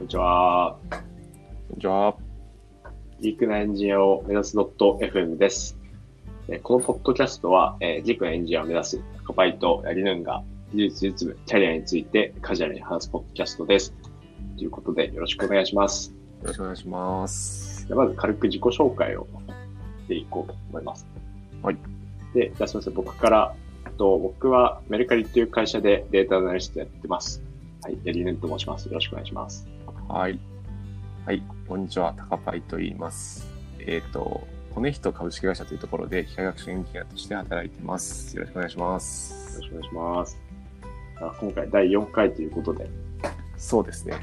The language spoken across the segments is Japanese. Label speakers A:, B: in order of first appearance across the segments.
A: にちは。
B: こんにちは。
A: ギークなエンジニアを目指す .fm です。えーこのポッドキャストは、えー、ギークなエンジニアを目指すカパイとやりぬんが技術、実務、キャリアについてカジュアルに話すポッドキャストです。ということで、よろしくお願いします。
B: よろしくお願いします。
A: じゃあまず軽く自己紹介をしていこうと思います。
B: はい。
A: で、じゃあすみません、僕から、えっと僕はメルカリっていう会社でデータアナリストやってます。はい、やりぬんと申します。よろしくお願いします。
B: はい。はい、こんにちは。タカパイと言います。えっ、と、コネヒト株式会社というところで、機械学習エンジニアとして働いてます。よろしくお願いしま
A: よ
B: す
A: ろ。しくお願いします。あ今回第4回ということで、
B: そうですね。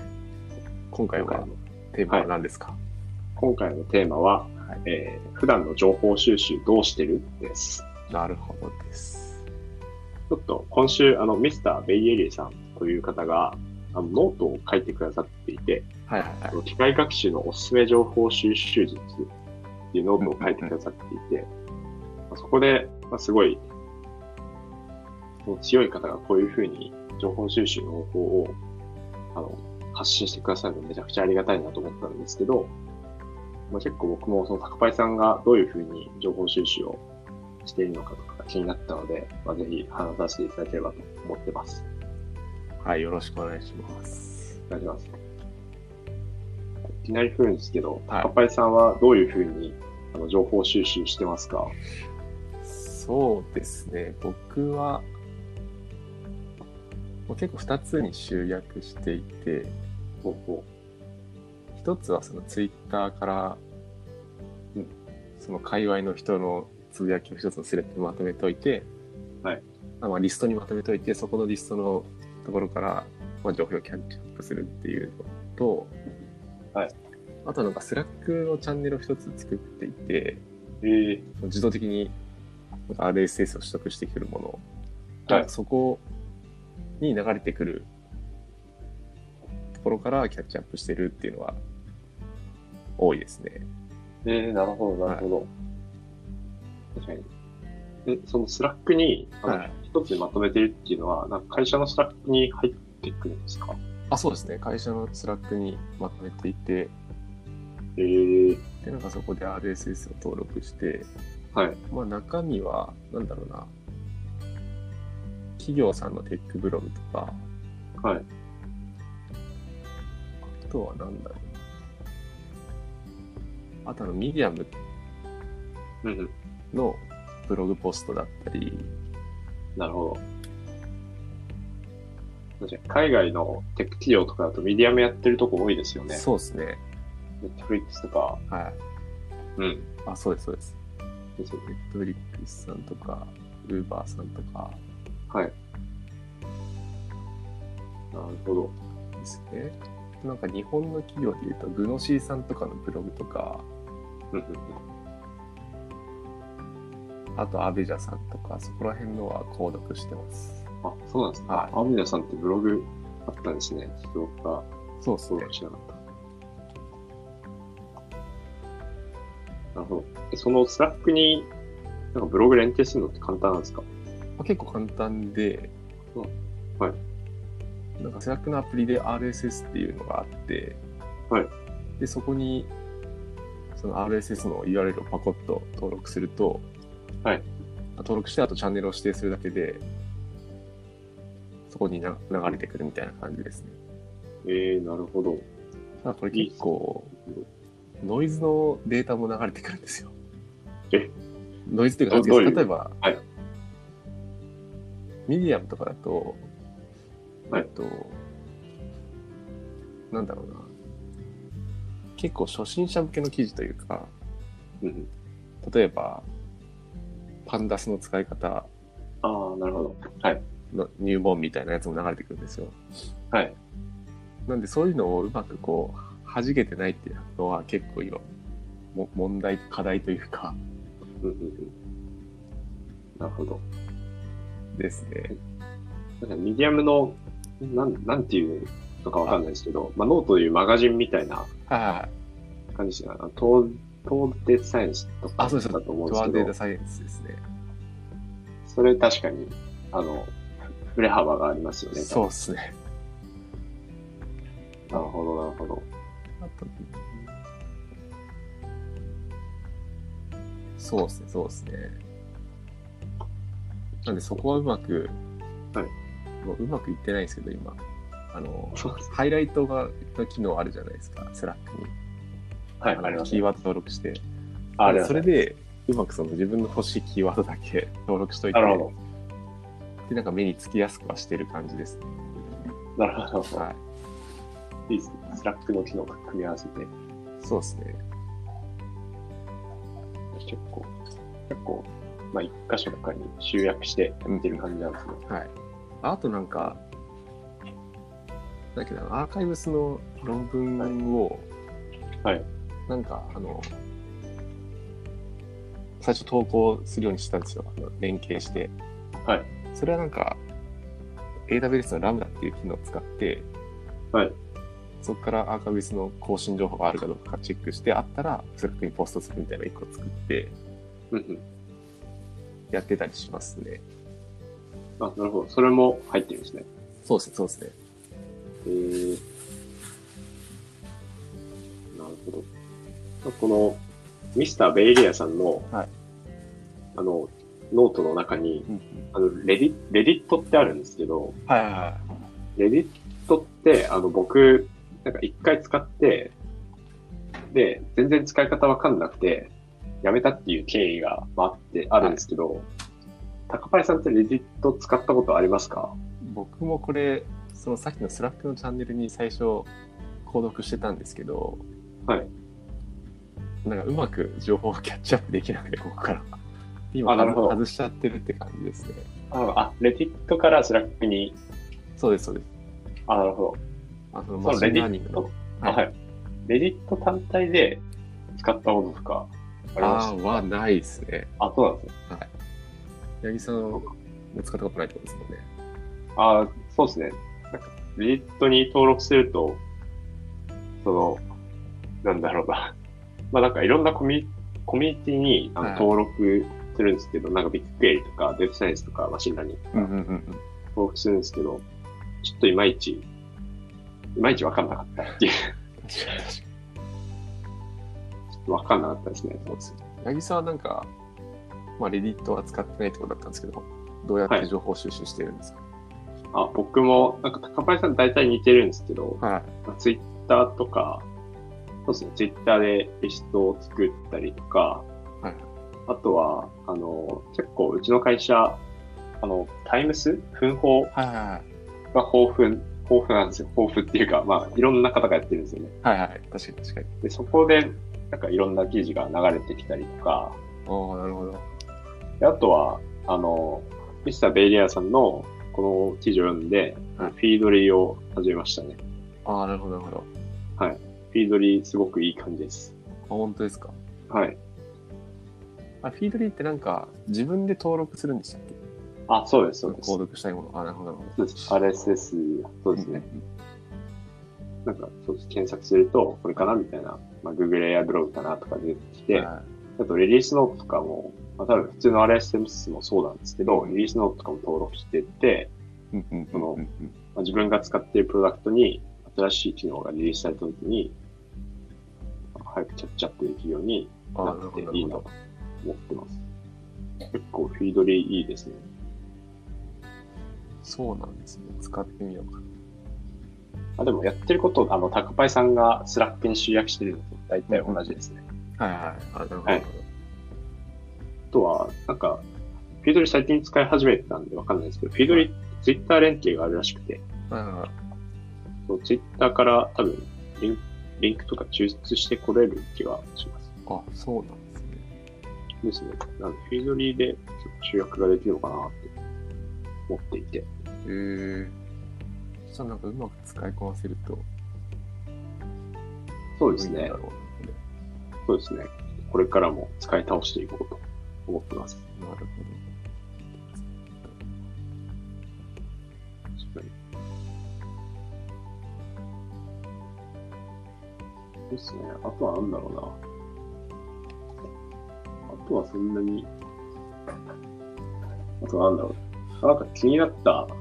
B: 今回
A: 今回
B: は
A: の
B: テーマは何ですか、
A: 今回のテーマは、えー普段の情報収集どうしてるです。
B: なるほどです。
A: ちょっと今週、あの、ミスター・ベイエリーさんという方が、あの、ノートを書いてくださっていて、
B: はいはいはい。
A: 機械学習のおすすめ情報収集術っていうノートを書いてくださっていて、まあそこで、まあ、すごい、その強い方がこういうふうに情報収集の方法をあの発信してくださるのめちゃくちゃありがたいなと思ったんですけど、まあ、結構僕もその高パイさんがどういうふうに情報収集をしているのかとかが気になったので、まあ、ぜひ話させていただければと思ってます。
B: はい、よろしくお願いします。
A: いただきます。いきなり振るんですけど、
B: はい
A: 高パイさんはどういうふうにあの情報収集してますか
B: そうですね。僕は、もう結構2つに集約していて、
A: ほうほ
B: 一つはそのツイッターから、
A: うん
B: その界隈の人のつぶやきを一つのスレッドにまとめといて、
A: はい
B: あまあ、リストにまとめといてそこのリストのところから、まあ、情報をキャッチアップするっていうのと、
A: はい
B: あとなんかスラックのチャンネルを一つ作っていて
A: う。ええ
B: 自動的になんか RSS を取得してくるもの
A: はい
B: そこに流れてくるところからキャッチアップしてるっていうのは多いですね。
A: ええなるほど、なるほど。確かに。で、そのスラックに、あの
B: はい
A: 一つにまとめてるっていうのは、なんか会社のスラックに入ってくるんですか
B: あ、そうですね。会社のスラックにまとめていて、
A: ええ
B: で、なんかそこで RSS を登録して、
A: はい。
B: まあ中身は、なんだろうな、企業さんのテックブログとか、
A: はい。
B: あとはなんだろうな。あとあの、ミディアム
A: うんうん。
B: のブログポストだったり、
A: なるほど。確かに海外のテック企業とかだとミディアムやってるとこ多いですよね。
B: そうですね。
A: ネットフリックスとか。
B: はい。
A: うん。
B: あ、そうです、そうです。
A: ですよね
B: ネットフリックスさんとか、ウーバーさんとか
A: はい。なるほど。
B: ですね。なんか日本の企業でいうと、グノシーさんとかのブログとか、
A: うんうん
B: あとアベジャさんとか、そこら辺のは購読してます。
A: あ、そうなんですね。
B: はい
A: あアミナさんってブログあったんですね。ちょっと僕は
B: そうです
A: そう
B: ね
A: だ。知らなかった。なるほど。えそのスラックになんかブログ連携するのって簡単なんですか
B: まあ、結構簡単で、
A: はい
B: なんかスラックのアプリで RSS っていうのがあって、
A: はい
B: でそこにその RSS の URL をパコッと登録すると、
A: はい
B: 登録してあとチャンネルを指定するだけでそこにな流れてくるみたいな感じですね。
A: えー、なるほど。
B: ただこれ結構ノイズのデータも流れてくるんですよ。
A: え
B: ノイズというか、
A: どどういう
B: 例えば、
A: はい
B: ミディアムとかだと、
A: はい
B: えっと、なんだろうな、結構初心者向けの記事というか、
A: うんうん、
B: 例えば、パンダスの使い方
A: ああ、なるほど。はい。
B: の入門みたいなやつも流れてくるんですよ。
A: はい。
B: なんでそういうのをうまくこう、弾けてないっていうのは結構今、も問題、課題というか、
A: うんうんうん、なるほど。
B: ですね。
A: なんかミディアムの、なん、なんていうのかわかんないですけど、まあ、ノートというマガジンみたいな
B: はいはいはい。
A: 感じですね。あの東東データサイエンスとか
B: あそうです
A: だと思うん
B: ドア
A: です
B: デー
A: け
B: タ
A: ど、
B: サイエンスですね。
A: それ確かに、あの、振れ幅がありますよね。
B: そうですね。
A: なるほど、なるほど。
B: あとそうですね、そうですね。なんでそこはうまく、
A: はい
B: もううまくいってないんですけど、今。あの、
A: そうです
B: ハイライトが、の機能あるじゃないですか、スラックに。
A: はい、
B: あ
A: あり
B: の
A: ま
B: キー
A: す。
B: ワード登録して。
A: あり
B: で
A: ます
B: それで、うまくその自分の欲しいキーワードだけ登録しといて、
A: なるほ
B: で、なんか目につきやすくはしてる感じですね。
A: ど。なるほど。
B: はい。
A: いいですね。スラックの機能と組み合わせて、
B: そうですね。
A: 結構、結構、まあ、一箇所とかに集約してやってる感じなんですね。
B: はい。あとなんか、だけどアーカイブスの論文を、
A: はいはい
B: なんか、あの、最初投稿するようにしたんですよ。あの連携して。
A: はい。
B: それはなんか、AWS のラムダっていう機能を使って、
A: はい。
B: そこからアーカイブスの更新情報があるかどうかチェックして、あったら、それにポストするみたいなの1個作って、
A: うんうん。
B: やってたりしますね。
A: あ、なるほど。それも入ってるんですね。
B: そうですね、そうですね。
A: えー、なるほど。この、ミスターベイエリアさんの、
B: はい
A: あの、ノートの中に、
B: うん
A: あの、レディ、レディットってあるんですけど、
B: はいはいはい。
A: レディットって、あの、僕、なんか一回使って、で、全然使い方わかんなくて、やめたっていう経緯がまああって、あるんですけど、高パイさんってレディット使ったことありますか
B: 僕もこれそのさっきのスラックのチャンネルに最初購読してたんですけど
A: はい
B: なんかうまく情報をキャッチアップできなくてここから今
A: あなるほど
B: 外しちゃってるって感じですね
A: ああ、レディットからスラックに、
B: そうですそうです
A: あ、なるほど。
B: あの
A: そ
B: マ
A: の
B: シ
A: レ
B: ン
A: デ
B: ラ
A: ィ
B: ーニン
A: ッ
B: グ
A: ト
B: の、
A: あ
B: は
A: はいい。レディット単体で使ったものとかありま
B: あ
A: し
B: はないですね
A: たあそうなんですね。
B: 八木さんも使ったことないってことですもんね
A: ああ、そうですね。なんか、レディットに登録すると、その、なんだろうな。 まあなんかいろんなコミコミュニティにあの
B: はい
A: 登録するんですけど、なんかビッグクエリとかデータサイエンスとかマシンラーニングとか
B: うんうん
A: 登録するんですけど、ちょっといまいち、いまいちわかんなかった っていう、ち
B: 確かに確かに
A: ょっとわかんなかったですね。
B: そうですね八木さんはなんか、まあ、レディットは使ってないってことだったんですけどどうやっ
A: は
B: て
A: い
B: 情報収集してるんですか
A: あ、僕も、なんか高林さん大体似てるんですけど、
B: はい
A: ツイッターとか、そうですね、ツイッターでリストを作ったりとか、
B: はい
A: あとは、あの、結構うちの会社、あの、タイムス奮法が
B: はいはい
A: 豊富、豊富なんですよ。豊富っていうか、まあ、いろんな方がやってるんですよね。
B: はいはい、確かに確かに。
A: で、そこで、なんかいろんな記事が流れてきたりとか、
B: ああ、なるほど。
A: であとは、あの、ミスターベイリアさんのこの記事を読んで、
B: はい
A: フィードリーを始めましたね。
B: ああ、なるほど、なるほど。
A: フィードリーすごくいい感じです。
B: あ、本当ですか。
A: はい。
B: あ、フィードリーってなんか、自分で登録するんでしたっけ
A: あ、そうです、そうです。
B: 購読したいもの。あ、なるほど、なるほど。
A: そうです。RSS、そうですね。
B: ん。
A: なんか、そうです検索すると、これかなみたいな、まあ、Google やブログかなとか出てきて、
B: は
A: あと、リリースノートとかも、まあ、多分普通の RSS もそうなんですけど、リリースノートとかも登録してって、
B: い。うんうんうんうん
A: まあ、自分が使っているプロダクトに新しい機能がリリースされたときに、まあ早くキャッチアップできるように
B: あ
A: な
B: あ、なる
A: っ
B: ほ
A: て
B: ど、ない
A: い
B: る
A: な
B: ほ
A: と思ってます。結構、フィードリーいいですね。
B: ど。そうなんですね。使ってみようか。
A: まあ、でも、やってること、あの、タクパイさんがスラックに集約してるのと大体同じですね。
B: はいはい。あ、なるほど。
A: はいあとは、なんか、フィードリ最近使い始めてたんでわかんないですけど、フィードリ、ツイッター連携があるらしくて、
B: はいはい。
A: そうツイッターから多分リン、リンクとか抽出してこれる気がします。
B: あ、そうなんですね。
A: ですね。なので、フィードリで結構集約ができるのかなって思っていて。
B: へえ。そしたらなんかうまく使いこなせると、
A: そう
B: い
A: です
B: いんだ
A: ね。
B: ろうね。
A: そうですね。これからも使い倒していこうと思ってます。
B: なるほど。
A: 確かに。ですね。あとはなんだろうな。あとはそんなに。あとはなんだろう。なんか気になった、
B: い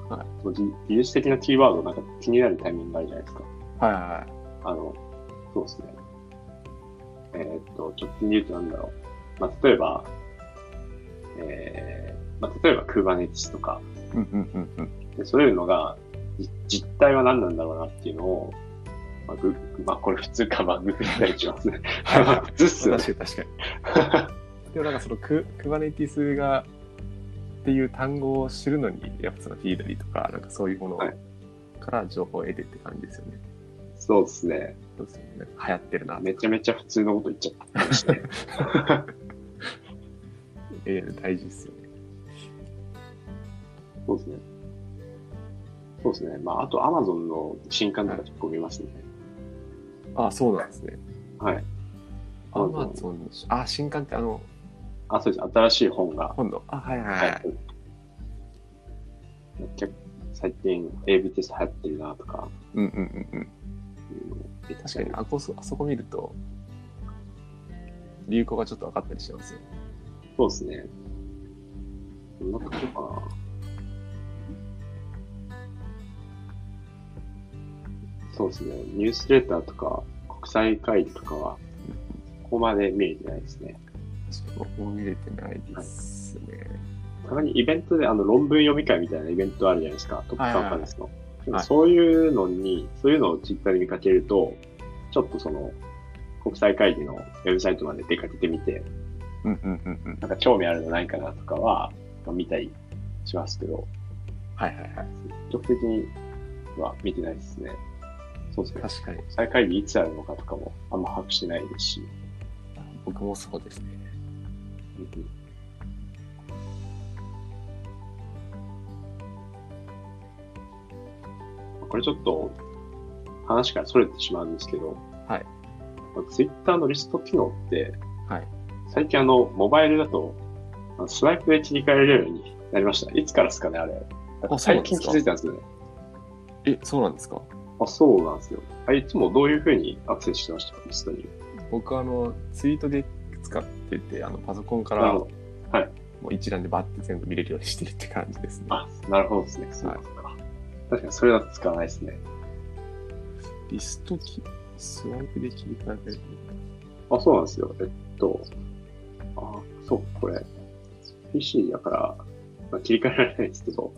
A: その技技術的なキーワード、なんか気になるタイミングがあるじゃないですか。
B: はいは
A: あの、そうですね。えーっと、直近で言うとなんだろう。まあ、例えば、えー、まあ、例えば Kubernetes とか、
B: い。うんうんうんうん。
A: でそういうのが、じ実態は何なんだろうなっていうのを、まあ、ぐまあ、これ普通か、まあ、ググったりしますね。 普通っすよね。
B: 確かに確か に。でもなんかそのク、クバネティスが、っていう単語を知るのに、やっぱそのフィードリーとか、なんかそういうもの
A: はい
B: から情報を得てって感じですよね。
A: そうですね。
B: そうですよね。流行ってるな。
A: めちゃめちゃ普通のこと言っちゃったりして。
B: えー大事ですよね。
A: そうですね。そうですね。まあ、あと Amazon の新刊とか結構見ますね。
B: あ、そうなんですね。
A: はい。
B: アマゾン、あ、新刊ってあの、
A: あ、そうです。新しい本が。
B: 今度。あ、はいはいは。
A: はいい。結構最近 AB テスト流行ってるなとか
B: うんうんうんうん。
A: いうのを見たり
B: 確かに、あこそあそこ見ると、流行がちょっと分かったりしますよ。
A: そうですね。どんなことかな。そうですね。ニュースレターとか、国際会議とかは、ここまで見えてないですね。
B: 確かに、もう見れてないですね。
A: たまにイベントであの論文読み会みたいなイベントあるじゃないですか、トップ
B: はいはいは
A: カ
B: い
A: ンファレンスの。でも
B: はい
A: そういうのに、そういうのをツイッターで見かけると、ちょっとその、国際会議のウェブサイトまで出かけてみて、
B: うんうんうんうん。
A: なんか興味あるのないかなとかは、まあ見たりしますけど、
B: はいはいはい。
A: 直的には見てないですね。そうですね。
B: 確かに、
A: 国際会議いつあるのかとかもあんま把握してないですし、
B: 僕もそうですね。
A: うんうんこれちょっと話から逸れてしまうんですけど、
B: はい。
A: ツイッターのリスト機能って、
B: はい。
A: 最近あの、モバイルだと、あのスワイプで切り替えれるようになりました。いつからですかね、あれ。
B: あそう
A: 最
B: なんです
A: 近
B: か
A: 気づいたんですよね。
B: え、そうなんですか
A: あ、そうなんですよ。あいつもどういうふうにアクセスしてましたか、リストに。
B: 僕、あの、ツイートで使ってて、あの、パソコンか
A: な
B: ら、
A: る
B: も
A: ほどはいう
B: 一覧でバッて全部見れるようにしてるって感じですね。
A: あ、なるほどですね。そうですか。確かにそれだと使わないですね。
B: リストき、スワイプで切り替えて
A: あ、そうなんですよ。えっと、あ、そう、これ、PC だから、まあ、切り替えられないですけど、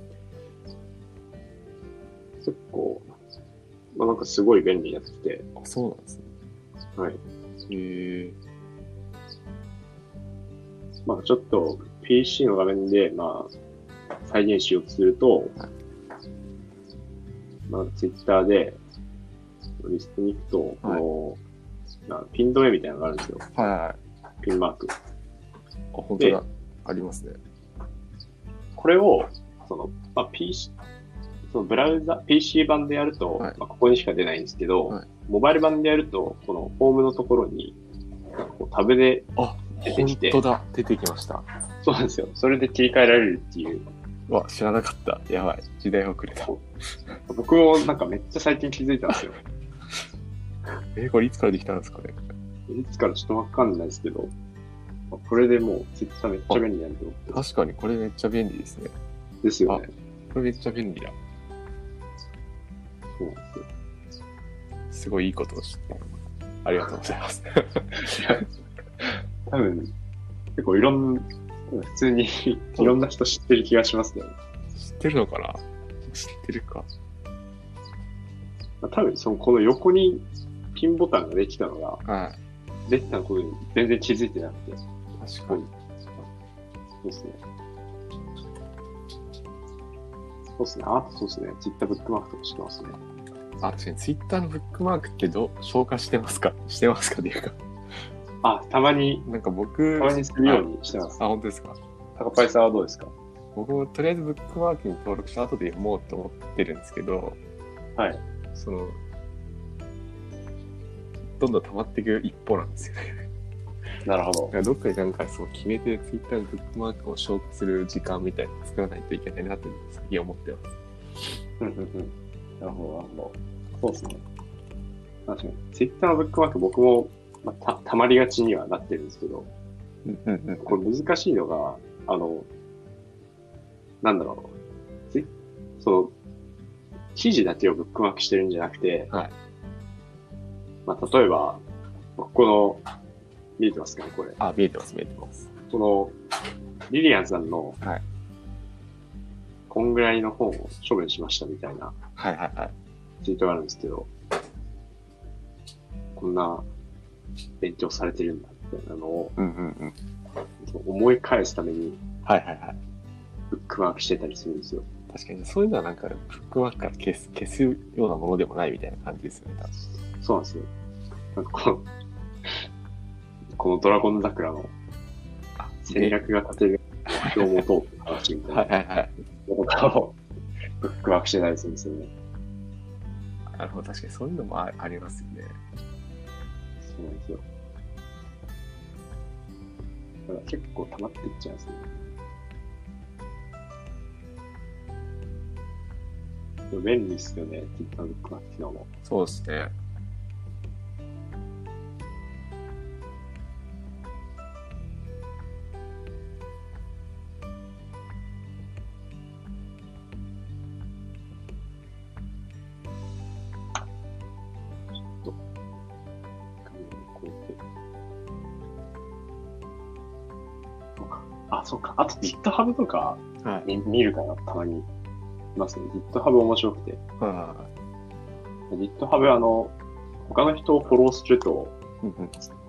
A: 結構、まあ、なんかすごい便利になってきて、
B: あ、そうなんですね。
A: はい。
B: へえ。
A: まあ、ちょっと PC の画面で、まあ、再現しようとすると、まあ、Twitter で、リストに行くと、
B: はい
A: この、まあ、ピン止めみたいなのがあるんですよ。
B: はいはいはい。あ、
A: ピンマーク。
B: 本当だ。ありますね。
A: これを、その、まあ、PC、そのブラウザ、PC 版でやると、
B: はい
A: まあ、ここにしか出ないんですけど、
B: はい
A: モバイル版でやると、このホームのところに、なんかこうタブで、
B: あ、
A: 出てき
B: 本
A: て
B: 当だ。出てきました。
A: そうなんですよ。それで切り替えられるっていう。
B: うわ、知らなかった。やばい。時代遅れた。
A: 僕もなんかめっちゃ最近気づいたんですよ。
B: え、これいつからできたんですかね。
A: いつからちょっとわかんないですけど、まあこれでもう Twitter めっちゃ便利なんで、
B: 確かにこれめっちゃ便利ですね。
A: ですよね。
B: これめっちゃ便利だ。
A: そうなんですよ。
B: すごいいいことを知って。ありがとうございます。
A: 多分、結構いろん、普通に いろんな人知ってる気がしますね。
B: 知ってるのかな知ってるか。
A: まあ多分そのこの横にピンボタンができたのが、
B: はい。
A: できたことに全然気づいてなくて、
B: 確かに。
A: そうですね。そうですね。あとそうですね。ツイッターブックマークとかしてますね。
B: あ、確かにツイッターのブックマークってどう、消化してますかしてますかっていうか。
A: あ、たまに、
B: なんか僕
A: た、まにするようにしてます。
B: あ、本当ですか。
A: 高パイさんはどうですか
B: 僕もとりあえずブックマークに登録した後で読もうと思ってるんですけど、
A: はい。
B: その、どんどん溜まっていく一方なんですよね。
A: なるほ
B: だ
A: ど。
B: からどっかでなんかそう決めてツイッターのブックマークを消化する時間みたいなの作らないといけないなって最近思ってます。
A: うんうんうん。なるほど、なるほど。そうですね。確かに。ツイッターのブックマーク僕も、まあ、た、たまりがちにはなってるんですけど、
B: うんうんうん。
A: これ難しいのが、あの、なんだろう。ツイその、記事だけをブックマークしてるんじゃなくて、
B: はい
A: まあ、例えば、ここの、見えてますかね、これ。
B: あ、見えてます、見えてます。
A: この、リリアンさんの、
B: はい
A: こんぐらいの本を処分しましたみたいな
B: はいはいはい。
A: ツイートがあるんですけど、こんな勉強されてるんだみたいなのを
B: うんうんうん。
A: 思い返すために
B: はいはいはい。
A: ブックマークしてたりするんですよ。
B: 確かに、そういうのはなんか、ブックマークから消す、消すようなものでもないみたいな感じですよね、多分
A: そうなんですよ。なんかこの、このドラゴン桜の戦略が立てる目標を持とうって話みたいな
B: は
A: い
B: はいはい。
A: ことかを ブックマークしてたりするんですよね。
B: なるほど、確かにそういうのもあありますよね。
A: そうなんですよ。だから結構溜まっていっちゃうんですね。でも便利ですよね、TikTok は機能も。
B: そうですね。
A: 画面をこうやってそうかあ、そうか。あと GitHub とか
B: は
A: 見
B: い。
A: 見るかな、たまに。いますね。GitHub 面白くて。
B: あ
A: GitHub あの、他の人をフォローすると、
B: うんうん、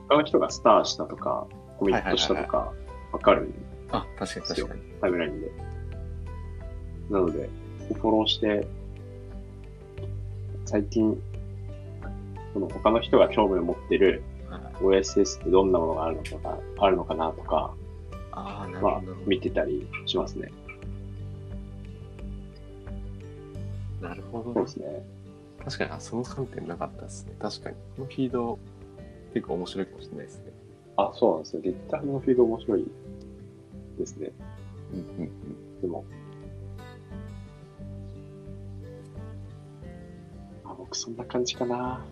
A: 他の人がスターしたとか、コミットしたとか、わかるんで
B: あ確かに確かに。
A: タイムラインで。なので、フォローして、最近、その他の人が興味を持ってる
B: はい
A: OSS ってどんなものがあるのかなあるのかなとか、
B: ああ、なる
A: まあ
B: ほど。、
A: 見てたりしますね。
B: なるほ
A: そ
B: ど
A: う
B: ね
A: で。すね。
B: 確かに、あその観点なかったですね。確かに。このフィード、結構面白いかもしれないですね。
A: あ、そうなんですよ。GitHub のフィード面白いですね。
B: うんうんうん。
A: でも。あ、僕そんな感じかな。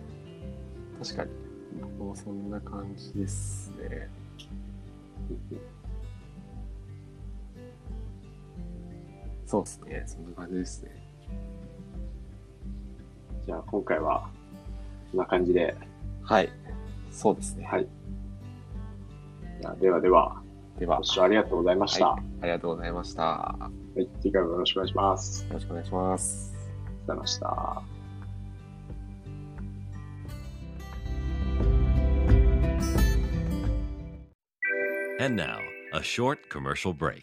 B: 確かに。僕もそんな感じですね。そうですね。そんな感じですね。
A: じゃあ今回は、こんな感じで。
B: はい。そうですね。
A: はいじゃあではでは、
B: では
A: ご、視聴ありがとうございました。
B: は
A: はい
B: ありがとうございました。よ
A: い、次回もよろしくお願いします。ありがと
B: ろしくお願いします。
A: うございました。
C: And now, a short commercial break.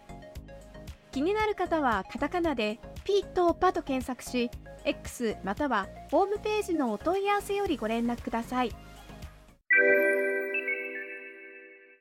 D: 気になる方はカタカナで「ピーとパ」と検索し X またはホームページのお問い合わせよりご連絡ください。